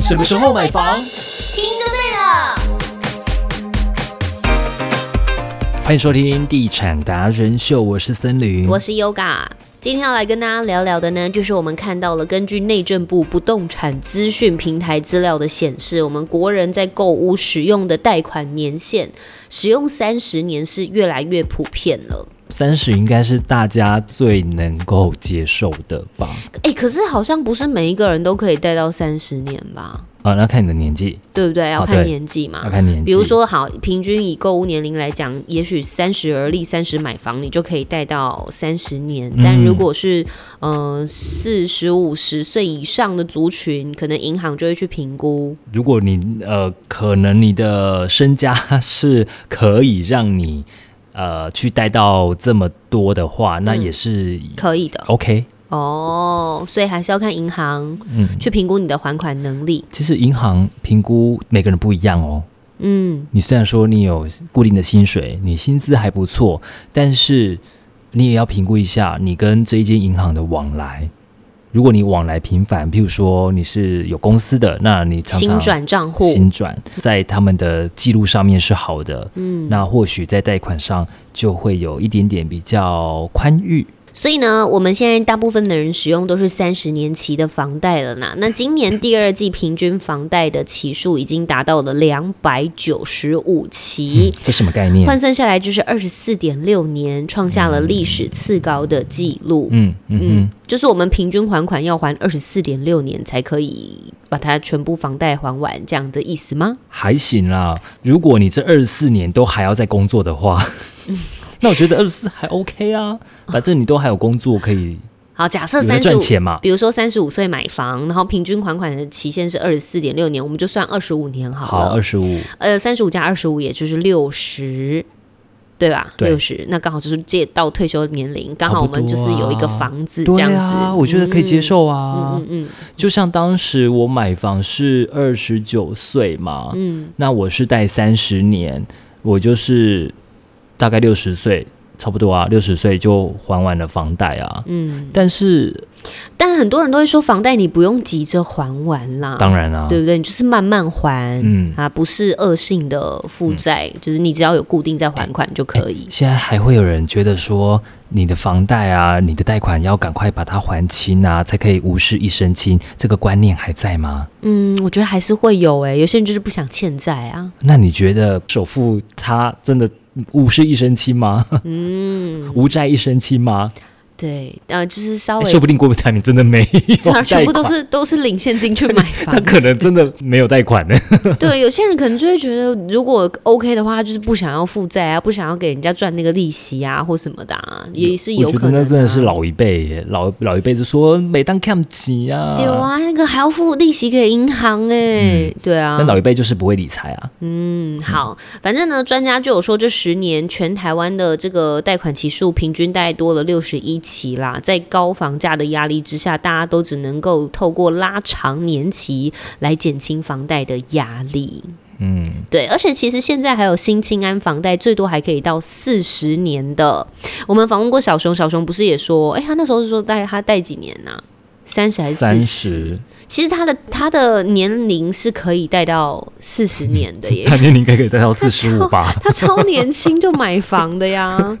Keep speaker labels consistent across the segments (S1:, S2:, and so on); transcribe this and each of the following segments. S1: 什么时候买房？
S2: 听就对了。
S1: 欢迎收听《地产达人秀》，我是森林。
S2: 我是 Yoga，今天要来跟大家聊聊的呢，就是我们看到了根据内政部不动产资讯平台资料的显示，我们国人在购屋使用的贷款年限，使用三十年是越来越普遍了。
S1: 三十应该是大家最能够接受的吧？
S2: 哎，可是好像不是每一个人都可以贷到三十年吧？
S1: 啊，那看你的年纪，
S2: 对不对？要
S1: 啊
S2: 看
S1: 对
S2: 年纪嘛。
S1: 要看年纪。
S2: 比如，说，好，平均以购物年龄来讲，也许三十而立，三十买房，你就可以贷到三十年。但如果是嗯四十五十岁以上的族群，可能银行就会去评估。
S1: 如果你呃，可能你的身家是可以让你呃去贷到这么多的话，那
S2: 嗯
S1: 也是
S2: 可以的
S1: OK。
S2: 哦，所以还是要看银行
S1: 嗯，
S2: 去评估你的还款能力。
S1: 其实银行评估每个人不一样哦。
S2: 嗯，
S1: 你虽然说你有固定的薪水，你薪资还不错，但是你也要评估一下你跟这一间银行的往来。如果你往来频繁，譬如说你是有公司的，那你常
S2: 新
S1: 常
S2: 转账户
S1: 新转在他们的记录上面是好的，嗯，那或许在贷款上就会有一点点比较宽裕。
S2: 所以呢，我们现在大部分的人使用都是三十年期的房贷了啦。那今年第二季平均房贷的期数已经达到了两百九十五期。
S1: 这什么概念？
S2: 换算下来就是二十四点六年，创下了历史次高的纪录。
S1: 嗯嗯嗯，
S2: 就是我们平均还款要还二十四点六年才可以把它全部房贷还完，这样的意思吗？
S1: 还行啦。如果你这二十四年都还要在工作的话，
S2: 嗯
S1: 那我觉得二十四还 OK 啊，反正你都还有工作可 以
S2: 好，假设
S1: 有在
S2: 三十
S1: 赚
S2: 五，
S1: 钱嘛。
S2: 比如说三十五岁买房，然后平均还款的期限是二十四点六年，我们就算二十五年好
S1: 好，
S2: 了。
S1: 二十五，
S2: 呃，三十五加二十五，也就是六十。对吧？
S1: 对
S2: 六十，那刚好就是借到退休年龄，刚好我们就是有一个房子这
S1: 啊对
S2: 样子，
S1: 啊，我觉得可以接受啊。
S2: 嗯。嗯嗯
S1: 就像当时我买房是二十九岁嘛，
S2: 嗯，
S1: 那我是贷三十年，我就是大概六十岁，差不多啊，六十岁就还完了房贷啊。
S2: 嗯，
S1: 但是
S2: 但很多人都会说，房贷你不用急着还完啦，
S1: 当然啊，
S2: 嗯对不对？你就是慢慢还，
S1: 嗯
S2: 啊，不是恶性的负债，就是你只要有固定在还款就可以。
S1: 现在还会有人觉得说，你的房贷啊，你的贷款要赶快把它还清啊，才可以无事一身轻，这个观念还在吗？
S2: 嗯，我觉得还是会有诶、有些人就是不想欠债啊。
S1: 那你觉得首付它真的无事一身轻吗？
S2: 嗯，
S1: 无债一身轻吗？
S2: 对，呃，就是稍
S1: 诶
S2: 微
S1: 说，不定郭美谈你真的没 有
S2: 啊，
S1: 贷
S2: 全部都
S1: 款
S2: 是都是领现金去买 房
S1: 他
S2: 子，
S1: 可能真的没有贷款呢。
S2: 对，有些人可能就会觉得，如果 OK 的话，他就是不想要负债啊，不想要给人家赚那个利息啊，或什么的、啊，也是有
S1: 我觉
S2: 可
S1: 得
S2: 能、啊。
S1: 那真的是老一辈耶，老老一辈就说每当看不起啊，
S2: 对啊，那个还要付利息给银行哎、对啊。
S1: 但老一辈就是不会理财啊。
S2: 嗯，好，反正呢，专家就有说，这十年全台湾的这个贷款期数平均大概多了六十一期啦。在高房价的压力之下，大家都只能够透过拉长年期来减轻房贷的压力。
S1: 嗯，
S2: 对，而且其实现在还有新青安房贷，最多还可以到四十年的。我们访问过小熊，小熊不是也说，哎，他那时候是说贷他贷几年呐、啊？三十还是
S1: 三
S2: 四
S1: 十
S2: 十？，其实他的他的年龄是可以贷到四十年的 耶。
S1: 他年龄应该可以贷到四十五吧？
S2: 他超年轻就买房的呀，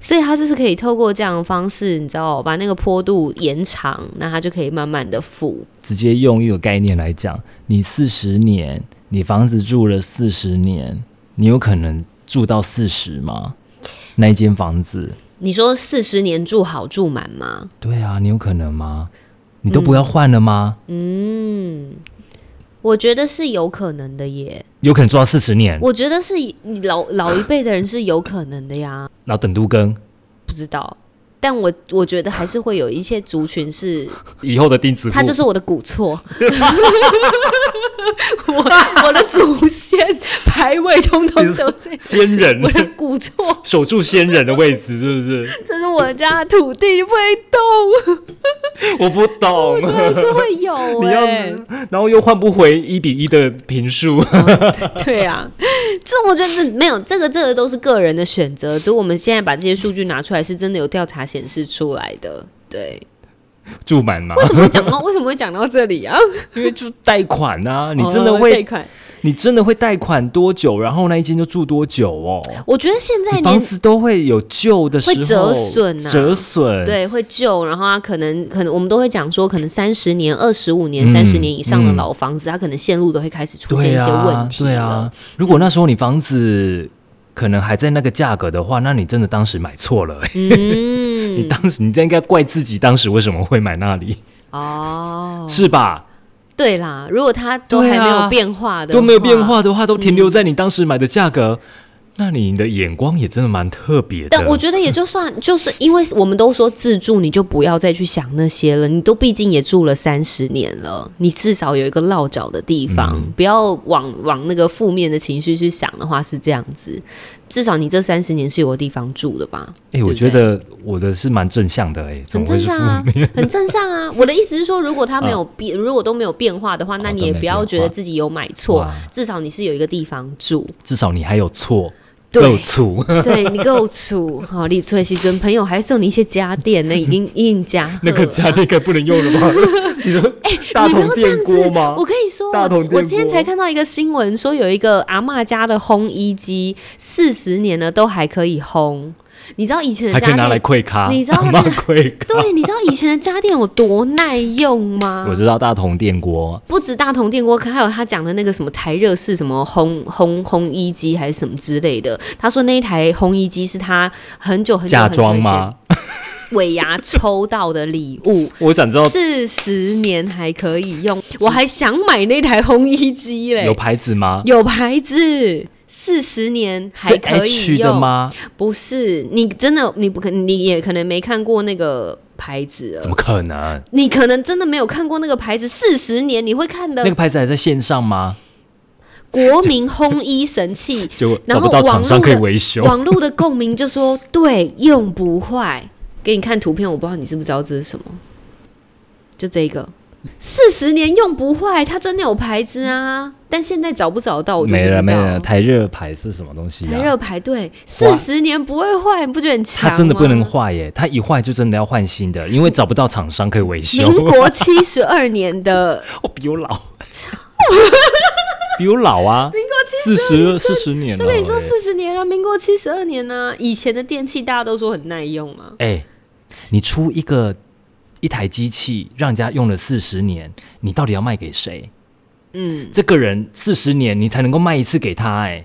S2: 所以他就是可以透过这样的方式，你知道，把那个坡度延长，那他就可以慢慢的付。
S1: 直接用一个概念来讲，你四十年，你房子住了四十年，你有可能住到四十吗？那一间房子，
S2: 你说四十年住好住满吗？
S1: 对啊，你有可能吗？你都不要换了吗？
S2: 嗯，我觉得是有可能的耶。
S1: 有可能住到四十年，
S2: 我觉得是老老一辈的人是有可能的呀，
S1: 然后等都更，
S2: 不知道。但我我觉得还是会有一些族群是
S1: 以后的钉子户
S2: 他就是我的古厝，我我的祖先牌位通通都在
S1: 仙人
S2: 我的古厝，
S1: 守住仙人的位置，是不 是？
S2: 这是我家的土地，你不会动，
S1: 我不懂，
S2: 还是会 有
S1: 你要
S2: 哎、，
S1: 然后又换不回一比一的平数，
S2: 对啊，这我觉得没有这个，这个都是个人的选择，只是我们现在把这些数据拿出来，是真的有调查显示出来的，对。
S1: 住满吗？
S2: 为什么会讲到为什么会讲到这里啊？
S1: 因为就是贷款啊， 你真的
S2: 哦贷
S1: 会，
S2: 款？
S1: 你真的会贷款多久？然后那一间就住多久哦？
S2: 我觉得现在
S1: 你房
S2: 年
S1: 子都会有旧的时候，
S2: 会折损啊
S1: 折损，
S2: 对，会旧，然后它可能可能我们都会讲说，可能三十年、二十五年、
S1: 嗯
S2: 三十年以上的
S1: 嗯
S2: 老房子，它可能线路都会开始出现
S1: 对
S2: 一些问
S1: 啊，
S2: 题
S1: 对
S2: 了
S1: 啊。如果那时候你房子可能还在那个价格的话，那你真的当时买错了、欸你
S2: 嗯，
S1: 当 时你应该怪自己当时为什么会买那里，
S2: 哦，
S1: 是吧？
S2: 对啦，如果它都还
S1: 对啊
S2: 没有变化的，
S1: 都没有变化。的话，都停留在你当时买的价格，那你的眼光也真的蛮特别的。
S2: 嗯但我觉得也就算，就是因为我们都说自住，你就不要再去想那些了。你都毕竟也住了三十年了，你至少有一个落脚的地方，
S1: 嗯
S2: 不要往往那个负面的情绪去想的话是这样子。至少你这三十年是有个地方住的吧？
S1: 哎、我
S2: 对不
S1: 觉
S2: 对
S1: 得我的是蛮正向的、欸，哎，怎
S2: 很
S1: 么
S2: 正
S1: 会是负
S2: 常啊
S1: 面？， 啊
S2: 很正常啊。我的意思是说，如果它没有变，如果都没有变化的话，那
S1: 哦
S2: 你
S1: 都
S2: 也
S1: 没
S2: 不要
S1: 变
S2: 觉得
S1: 化
S2: 自己有买错
S1: 哇，
S2: 至少你是有一个地方住。
S1: 至少你还有错，
S2: 对
S1: 够粗，
S2: 对你够粗，好，李翠西尊朋友还送你一些家电呢，已经 硬加
S1: 那个家电该不能用 了吧？你说
S2: 哎
S1: 大
S2: 你不
S1: 桶
S2: 要这
S1: 电
S2: 样
S1: 锅
S2: 子
S1: 吗？
S2: 我跟你说，
S1: 大桶
S2: 我
S1: 电锅
S2: 我今天才看到一个新闻，说有一个阿嬷家的烘衣机，四十年了都还可以烘。你知道以前的
S1: 还可以
S2: 家
S1: 拿来
S2: 电，
S1: 溃咖，
S2: 你 知道
S1: 阿
S2: 那
S1: 妈
S2: 个
S1: 溃咖。
S2: 对，你啊知道以前的家电有多耐用吗？
S1: 我知道大同电锅，
S2: 不止大同电锅，还有他讲的那个什么台热式什么烘烘烘衣机还是什么之类的。他说那一台烘衣机是他很久很久
S1: 嫁
S2: 很久
S1: 妆
S2: 以前
S1: 吗？
S2: 尾牙抽到的礼 物，
S1: 我想知道
S2: 四十年还可以用，我还想买那台烘衣机嘞，
S1: 有牌子吗？
S2: 有牌子。四十年
S1: 是
S2: 还可以
S1: H 的
S2: 用？
S1: 吗？
S2: 不是，你真的你不可你也可能没看过那个牌子
S1: 怎
S2: 了，
S1: 么可能？
S2: 你可能真的没有看过那个牌子。四十年你会看
S1: 那个
S2: 的
S1: 牌子还在线上吗？
S2: 国民烘衣神器，
S1: 结果
S2: 然
S1: 找
S2: 后
S1: 不到
S2: 网
S1: 厂商
S2: 络
S1: 可以
S2: 的
S1: 维修。
S2: 网络的共鸣就说对，用不坏。给你看图片，我不知道你知不知道这是什么，就这个，四十年用不坏，它真的有牌子啊，但现在找不找到我就不
S1: 没
S2: 知道。
S1: 了没了，台热牌是什么东西
S2: 台
S1: 啊？
S2: 热排队四十年不会坏，你不觉得很强
S1: 它
S2: 吗？
S1: 真的不能。坏耶，它一坏就真的要换新的，因为找不到厂商可以维修
S2: 民。国七十二年 的，
S1: 我比我老，比我老啊！民国四十四十年
S2: 就
S1: 了欸
S2: 跟
S1: 耶，
S2: 你说四十年啊，民国七十二年啊，以前的电器大家都说很耐用啊，
S1: 哎、你出一个一台机器让人家用了四十年，你到底要卖给谁？
S2: 嗯，
S1: 这个人四十年你才能够卖一次给他、哎，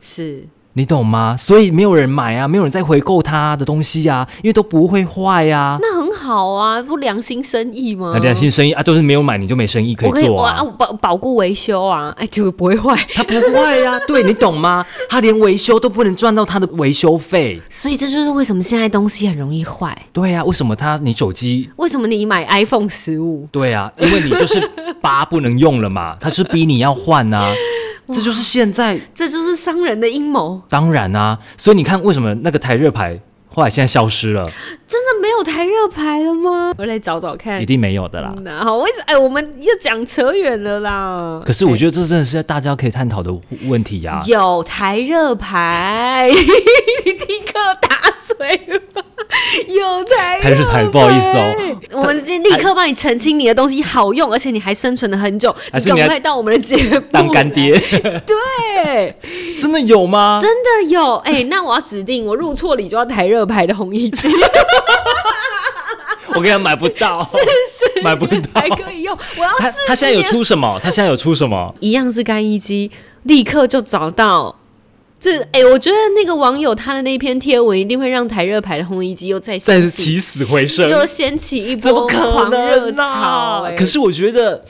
S2: 是，
S1: 你懂吗？所以没有人买啊，没有人再回购他的东西呀、啊，因为都不会坏呀、啊。
S2: 那很好啊，不良心生意吗？
S1: 那良心生意啊，都是没有买你就没生意可
S2: 我可
S1: 以
S2: 以
S1: 做
S2: 我
S1: 啊
S2: 啊，，我保保固维修啊，哎，就不 会坏。
S1: 他不会呀、对你懂吗？他连维修都不能赚到他的维修费。
S2: 所以这就是为什么现在东西很容易坏。
S1: 对啊呀、为什么他你手机
S2: 为什么你买 iPhone 十五？
S1: 对啊，因为你就是八不能用了 嘛，他就是逼你要换呐、这就是现在
S2: 这就是商人的阴谋。
S1: 当然啊，所以你看为什么那个台热牌后来现在消失了，
S2: 真的没有台热牌了吗？我来找找看
S1: 一。定没有的啦。
S2: 然后为什哎，我们又讲扯远了啦。
S1: 可是我啊觉得这真的是大家可以探讨的问题呀、
S2: 哎有台热牌， 你立刻打嘴 巴。有台
S1: 台热牌不好意思哦，
S2: 我们今天立刻帮你澄清你的东西好用，而且你还生存了很久，
S1: 还是
S2: 赶
S1: 你还
S2: 快到我们的节目
S1: 当干 爹，
S2: 对。
S1: 真的有吗？
S2: 真的有哎、那我要指定我入错礼就要台热牌的红衣机，
S1: 我跟你讲买不到，买不到。
S2: 还可以用。我要
S1: 他他现在有出什么？他现在有出什 么？
S2: 一样是干衣机，立刻就找到。这哎、我觉得那个网友他的那篇贴文一定会让台热牌的红衣机又再
S1: 再
S2: 掀
S1: 次
S2: 起，
S1: 起死回生，
S2: 又掀起一
S1: 怎
S2: 波
S1: 么可
S2: 狂热
S1: 能
S2: 潮、
S1: 啊
S2: 哎，
S1: 可是我觉得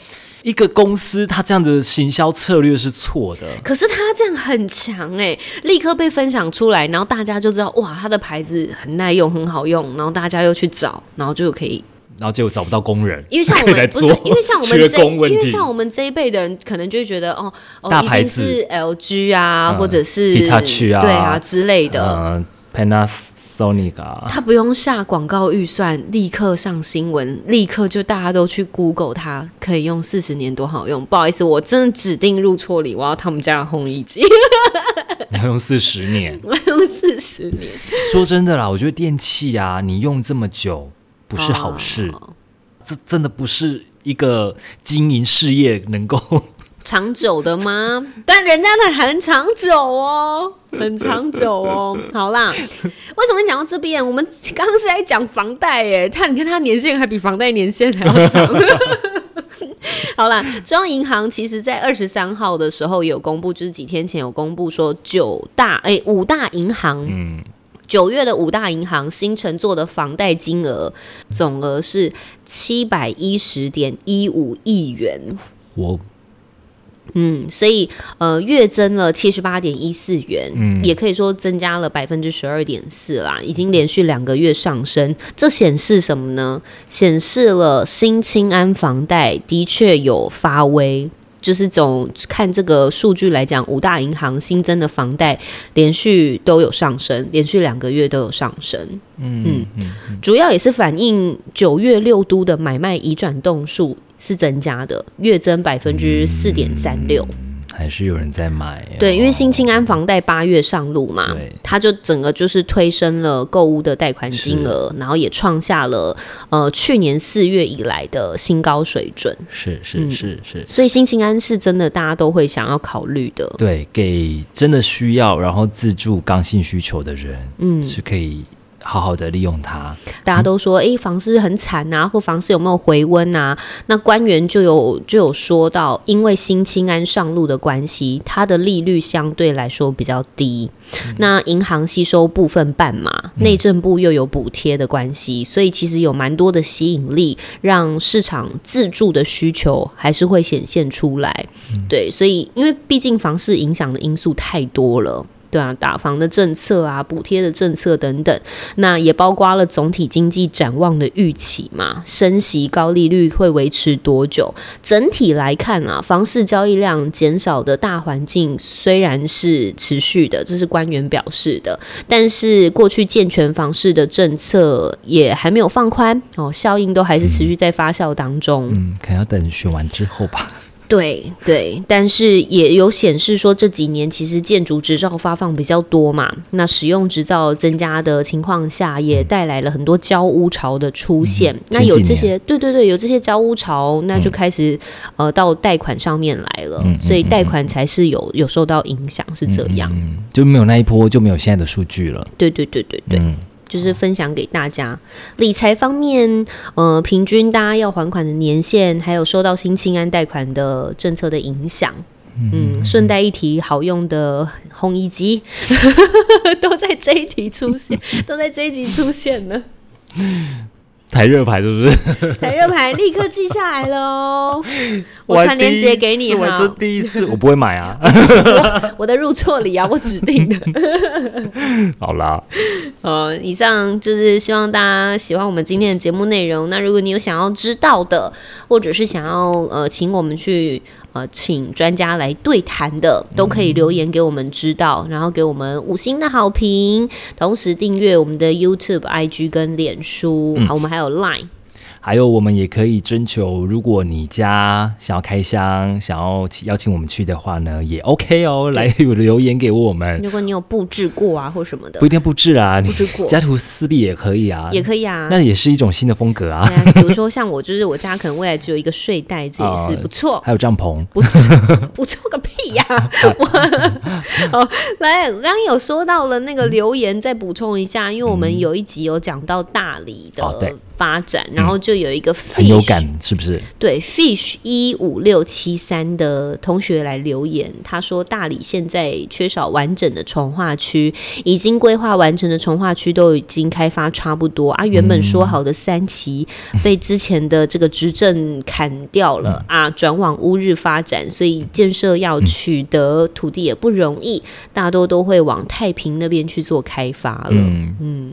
S1: 一个公司它这样的行销策略是错的。
S2: 可是他这样很强哎、立刻被分享出来，然后大家就知道哇，他的牌子很耐用，很好用，然后大家又去找，然后就可以
S1: 然后结果找不到工人，
S2: 因为像我
S1: 来
S2: 们不
S1: 做
S2: 是，因为像我们
S1: 缺
S2: 这，
S1: 工问
S2: 因为
S1: 题
S2: 像我们这一辈的人，可能就会觉得哦，哦
S1: 大
S2: 一
S1: 牌
S2: 定
S1: 子
S2: 是 LG 啊，
S1: 嗯
S2: 或者是
S1: Hitachi 啊
S2: 对啊之类的。
S1: 呃，Panasonic 啊，
S2: 他不用下广告预算，立刻上新闻，立刻就大家都去 Google 它可以用四十年多好用。不好意思，我真的指定入错里，我要他们家的烘衣机，
S1: 你要用四十年。
S2: 我要用四十年，
S1: 说真的啦，我觉得电器啊，你用这么久不是好事，
S2: 哦
S1: 这真的不是一个经营事业能够
S2: 长久的吗？ 但人家的很长久哦，很长久 哦。好啦，为什么你讲到这边？我们刚刚是在讲房贷耶，他你看他年限还比房贷年限还要长。 好啦，中央银行其实在二十三号的时候有公布，就是几天前有公布说九大哎五大银行，嗯，九月的五大银行新乘坐的房贷金额总额是七百一十点一五亿元，
S1: 我
S2: 嗯，所以呃，月增了七十八点一四元，
S1: 嗯
S2: 也可以说增加了百分之十二点四啦，已经连续两个月上升。这显示什么呢？显示了新清安房贷的确有发威。就是总看这个数据来讲，五大银行新增的房贷连续都有上升，连续两个月都有上升。
S1: 嗯嗯
S2: 主要也是反映九月六都的买卖移转动数是增加的，月增百分之四点三六。
S1: 还是有人在买、哦。
S2: 对，因为新清安房贷八月上路嘛
S1: 对，
S2: 它就整个就是推升了购物的贷款金额，然后也创下了呃去年四月以来的新高水准。
S1: 是
S2: 嗯
S1: 是是是，
S2: 所以新清安是真的大家都会想要考虑的。
S1: 对，给真的需要然后自助刚性需求的人，嗯，是可以好好的利用它。
S2: 大家都说，诶，房市很惨啊，或房市有没有回温啊？那官员就有就有说到，因为新清安上路的关系，它的利率相对来说比较低，那银行吸收部分半码，内政部又有补贴的关系，所以其实有蛮多的吸引力，让市场自住的需求还是会显现出来。对，所以因为毕竟房市影响的因素太多了。对啊，打房的政策啊，补贴的政策等等，那也包括了总体经济展望的预期嘛，升息高利率会维持多久？整体来看啊，房市交易量减少的大环境虽然是持续的，这是官员表示的，但是过去健全房市的政策也还没有放宽哦，效应都还是持续在发酵当中。
S1: 嗯，可能要等选完之后吧。
S2: 对对，但是也有显示说这几年其实建筑执照发放比较多嘛，那使用执照增加的情况下，也带来了很多交屋潮的出现。嗯那有这
S1: 前几
S2: 些，对对对，有这些交屋潮，那就开始、呃到贷款上面来了，所以贷款才是有有受到影响，是这样。
S1: 嗯，就没有那一波，就没有现在的数据了。
S2: 对对对对对。
S1: 嗯，
S2: 就是分享给大家。理财方面，呃，平均大家要还款的年限，还有受到新清安贷款的政策的影响。嗯，顺带一提，好用的烘衣机 都在这一题出现，都在这一集出现了。
S1: 台热牌是不是？
S2: 彩热牌立刻记下来了哦，我传链接给你
S1: 我
S2: 哈
S1: 这，第一 次，我不会买啊。
S2: 我的入错礼啊，我指定的。
S1: 好啦，
S2: 呃，以上就是希望大家喜欢我们今天的节目内容。那如果你有想要知道的，或者是想要呃请我们去呃请专家来对谈的，
S1: 嗯
S2: 都可以留言给我们知道，然后给我们五星的好评，同时订阅我们的 YouTube、IG 跟脸书，
S1: 嗯
S2: 啊，我们还有 Line。
S1: 还有，我们也可以征求，如果你家想要开箱，想要请邀请我们去的话呢，也 OK 哦，来留言给我们，
S2: 如果你有布置过啊或什么的
S1: 嗯不一，定布置啊，你
S2: 置过
S1: 家徒四壁也可以啊，
S2: 也可以啊。
S1: 那也是一种新的风格啊，
S2: 对啊，比如说像我，就是我家可能未来只有一个睡袋，这也是
S1: 哦
S2: 不错。
S1: 还有帐篷，
S2: 不错， 不错个屁 呀、我哦，来，刚刚有说到了
S1: 嗯
S2: 那个留言，再补充一下，因为我们有一集有讲到大理
S1: 哦对
S2: 的发展，然后就有一个 fish，
S1: 很有感，是不是？
S2: 对 fish 一五六七三的同学来留言，他说大理现在缺少完整的从化区，已经规划完成的从化区都已经开发差不多啊，原本
S1: 嗯
S2: 说好的三期被之前的这个执政砍掉了
S1: 嗯
S2: 啊，转往乌日发展，所以建设要取得土地也不容易，大多都会往太平那边去做开发了，
S1: 嗯嗯，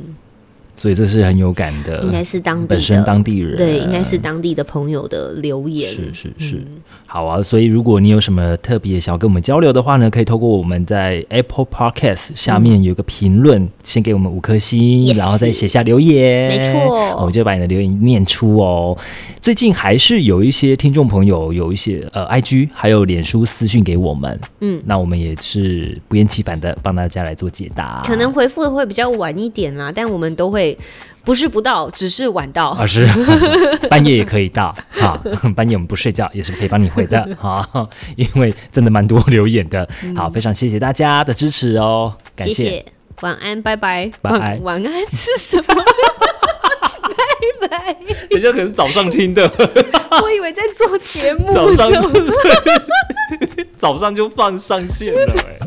S1: 所以这是很有感的，
S2: 应该是当地
S1: 本身
S2: 的。
S1: 当地人，
S2: 对，应该是当地的朋友的留言。嗯
S1: 是是是，好啊！所以如果你有什么特别想要跟我们交流的话呢，可以透过我们在 Apple Podcast 下面有一个评论，先给我们五颗星
S2: 嗯 Yes
S1: 然后再写下留言，
S2: 没错
S1: 我们就把你的留言念出哦。最近还是有一些听众朋友有一些呃 IG 还有脸书私讯给我们，
S2: 嗯，
S1: 那我们也是不厌其烦的帮大家来做解答，
S2: 可能回复会比较晚一点啦，但我们都会对，不是不到，只是晚到。
S1: 老师， 半夜也可以到哈， 半夜我们不睡觉也是可以帮你回的哈，因为真的蛮多留言的。好，非常谢谢大家的支持哦，感
S2: 嗯谢谢，晚安，拜拜，
S1: 晚安
S2: 晚晚安是什么？ 拜 拜，
S1: 人家可能早上听 的，
S2: 我以为在做节 目。
S1: 早上早上就放上线了、哎